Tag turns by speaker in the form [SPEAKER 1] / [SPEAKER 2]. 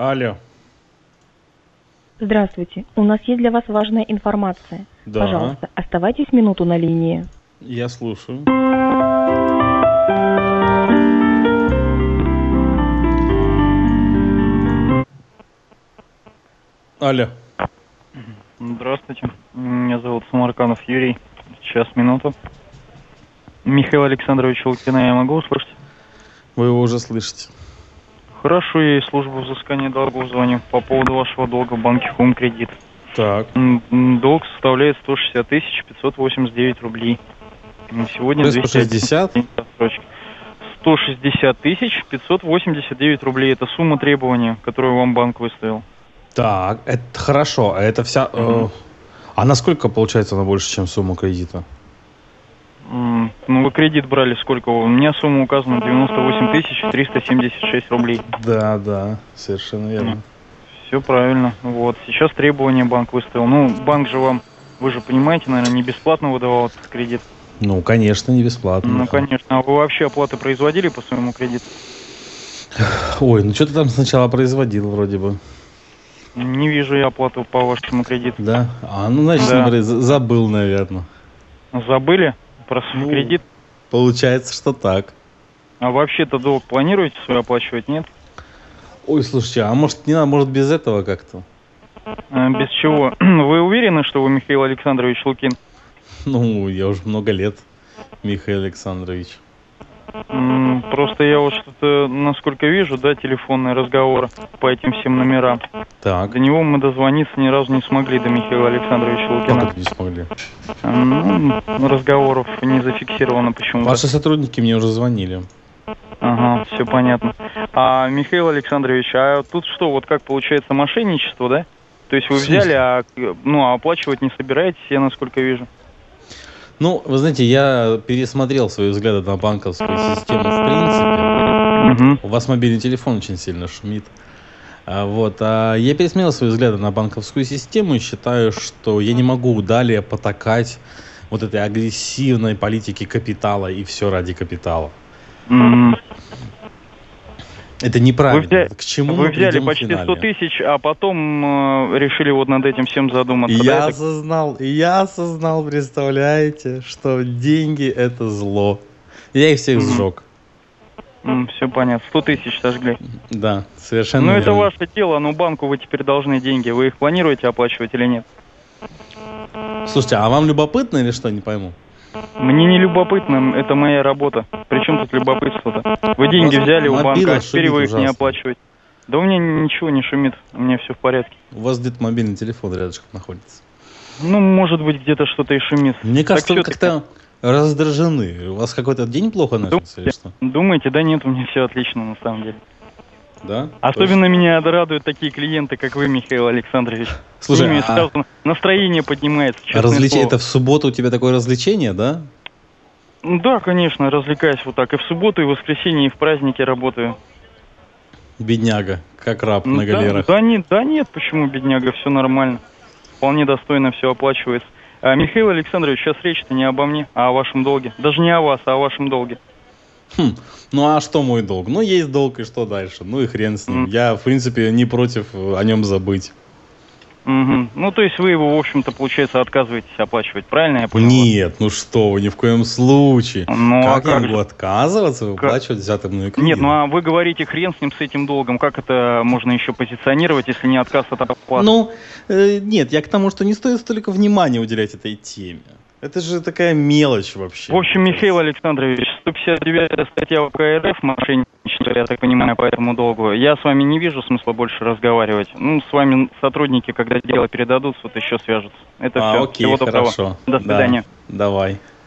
[SPEAKER 1] Алло,
[SPEAKER 2] Здравствуйте. У нас есть для вас важная информация.
[SPEAKER 1] да,
[SPEAKER 2] Пожалуйста, оставайтесь минуту на линии.
[SPEAKER 1] я слушаю. Алло,
[SPEAKER 3] Здравствуйте, меня зовут Самарканов Юрий. Сейчас, минуту. Михаил Александрович Лукина, я могу услышать?
[SPEAKER 1] вы его уже слышите.
[SPEAKER 3] Хорошо, я и службу взыскания долгов звоню по поводу вашего долга в банке Хум Кредит.
[SPEAKER 1] Так,
[SPEAKER 3] М, м, Долг составляет 160 тысяч 589 рублей. М, Сегодня 201
[SPEAKER 1] 360?
[SPEAKER 3] день отсрочки. 160 тысяч 589 рублей. Это сумма требования, которую вам банк выставил.
[SPEAKER 1] Так, это хорошо, а это вся... э,
[SPEAKER 3] Мгм.
[SPEAKER 1] а насколько получается она больше, чем сумма кредита?
[SPEAKER 3] М, Ну, вы кредит брали сколько? У меня сумма указана 98 тысяч 376 рублей.
[SPEAKER 1] Да, да, совершенно верно.
[SPEAKER 3] Все правильно. Вот. Сейчас требования банк выставил. Ну, банк же вам, вы же понимаете, наверное, не бесплатно выдавал этот кредит.
[SPEAKER 1] Ну, конечно, не бесплатно.
[SPEAKER 3] Ну, конечно. А вы вообще оплаты производили по своему кредиту?
[SPEAKER 1] Ой, ну что ты там сначала производил вроде бы.
[SPEAKER 3] Не вижу я оплату по вашему кредиту.
[SPEAKER 1] Да? А, ну, значит,
[SPEAKER 3] Да.
[SPEAKER 1] смотри, за- забыл, наверное.
[SPEAKER 3] Забыли про свой
[SPEAKER 1] Ну.
[SPEAKER 3] кредит?
[SPEAKER 1] Получается, что так.
[SPEAKER 3] А вообще-то долг планируете свой оплачивать, нет?
[SPEAKER 1] Ой, слушайте, а может не надо, может без этого как-то?
[SPEAKER 3] Э, Без чего? Вы уверены, что вы Михаил Александрович Лукин?
[SPEAKER 1] Ну, я уже много лет, Михаил Александрович.
[SPEAKER 3] М, Просто я вот что-то, насколько вижу, да, телефонный разговор по этим всем номерам.
[SPEAKER 1] Так,
[SPEAKER 3] До него мы дозвониться ни разу не смогли, до Михаила Александровича
[SPEAKER 1] как
[SPEAKER 3] Лукина.
[SPEAKER 1] это не смогли?
[SPEAKER 3] Ну, разговоров не зафиксировано почему-то.
[SPEAKER 1] Ваши сотрудники мне уже звонили.
[SPEAKER 3] Ага, все понятно. А, Михаил Александрович, а тут что, вот как получается мошенничество, да? То есть вы
[SPEAKER 1] В смысле?
[SPEAKER 3] взяли, а э, ну, а оплачивать не собираетесь, я насколько вижу.
[SPEAKER 1] Ну, вы знаете, я пересмотрел свои взгляды на банковскую систему в принципе.
[SPEAKER 3] Мгм.
[SPEAKER 1] У вас мобильный телефон очень сильно шумит. А, Вот, а я пересмотрел свои взгляды на банковскую систему и считаю, что я не могу далее потакать вот этой агрессивной политике капитала и все ради капитала.
[SPEAKER 3] М,
[SPEAKER 1] Это неправильно.
[SPEAKER 3] Вы взя-
[SPEAKER 1] К чему
[SPEAKER 3] Вы
[SPEAKER 1] мы
[SPEAKER 3] взяли
[SPEAKER 1] придем в
[SPEAKER 3] почти 100
[SPEAKER 1] финале?
[SPEAKER 3] тысяч, а потом э, решили вот над этим всем задуматься. да,
[SPEAKER 1] Я
[SPEAKER 3] я так
[SPEAKER 1] осознал, я осознал, представляете, что деньги это зло. Я их всех
[SPEAKER 3] Мгм.
[SPEAKER 1] сжег.
[SPEAKER 3] все понятно. 100 тысяч сожгли.
[SPEAKER 1] Да,
[SPEAKER 3] Ну,
[SPEAKER 1] совершенно
[SPEAKER 3] это
[SPEAKER 1] верно.
[SPEAKER 3] ваше дело, но банку вы теперь должны деньги. Вы их планируете оплачивать или нет?
[SPEAKER 1] Слушайте, а вам любопытно или что, не пойму?
[SPEAKER 3] Мне не любопытно, это моя работа. Причем тут любопытство-то? Вы деньги
[SPEAKER 1] У вас
[SPEAKER 3] взяли у
[SPEAKER 1] мобила
[SPEAKER 3] банка, а теперь
[SPEAKER 1] шумит
[SPEAKER 3] вы их не
[SPEAKER 1] ужасно.
[SPEAKER 3] оплачиваете. Да у меня ничего не шумит, у меня все в порядке.
[SPEAKER 1] У вас где-то мобильный телефон рядышком находится.
[SPEAKER 3] Ну, может быть, где-то что-то и шумит.
[SPEAKER 1] Мне кажется, вы
[SPEAKER 3] всё-таки.
[SPEAKER 1] как-то раздражены. У вас какой-то день плохо начался или что?
[SPEAKER 3] Думаете, да нет, у меня все отлично на самом деле.
[SPEAKER 1] Да?
[SPEAKER 3] Особенно меня радуют такие клиенты, как вы, Михаил Александрович.
[SPEAKER 1] То есть-
[SPEAKER 3] С
[SPEAKER 1] Слушай,
[SPEAKER 3] ними
[SPEAKER 1] а
[SPEAKER 3] сразу настроение поднимается, честное
[SPEAKER 1] развлече-
[SPEAKER 3] слово.
[SPEAKER 1] это в субботу у тебя такое развлечение, да?
[SPEAKER 3] Ну Да, конечно, развлекаюсь вот так. И в субботу, и в воскресенье, и в праздники работаю.
[SPEAKER 1] Бедняга, как раб
[SPEAKER 3] Ну
[SPEAKER 1] на
[SPEAKER 3] да,
[SPEAKER 1] галерах.
[SPEAKER 3] Да, нет, да нет, почему, бедняга, все нормально. Вполне достойно все оплачивается. А, Михаил Александрович, сейчас речь-то не обо мне, а о вашем долге. Даже не о вас, а о вашем долге.
[SPEAKER 1] Хм, ну а что мой долг? Ну есть долг и что дальше? Ну и хрен с ним.
[SPEAKER 3] М.
[SPEAKER 1] Я, в принципе, не против э, о нем забыть.
[SPEAKER 3] Мгм. Ну, то есть вы его, в общем-то, получается, отказываетесь оплачивать, правильно я понял?
[SPEAKER 1] Нет, ну что вы, ни в коем случае.
[SPEAKER 3] Ну, а
[SPEAKER 1] как, я
[SPEAKER 3] как
[SPEAKER 1] могу
[SPEAKER 3] же?
[SPEAKER 1] отказываться выплачивать взятый мной кредит?
[SPEAKER 3] Нет, ну а вы говорите, хрен с ним, с этим долгом. Как это можно еще позиционировать, если не отказ от оплаты?
[SPEAKER 1] Ну, э, нет, я к тому, что не стоит столько внимания уделять этой теме. Это же такая мелочь вообще.
[SPEAKER 3] В общем, Михаил Александрович, 159 статья УК РФ мошенничество, я так понимаю, по этому долгу. Я с вами не вижу смысла больше разговаривать. Ну, с вами сотрудники, когда дело передадут, вот еще свяжутся. Это
[SPEAKER 1] а,
[SPEAKER 3] все.
[SPEAKER 1] окей,
[SPEAKER 3] Всего доброго.
[SPEAKER 1] хорошо.
[SPEAKER 3] До
[SPEAKER 1] Да,
[SPEAKER 3] свидания.
[SPEAKER 1] давай.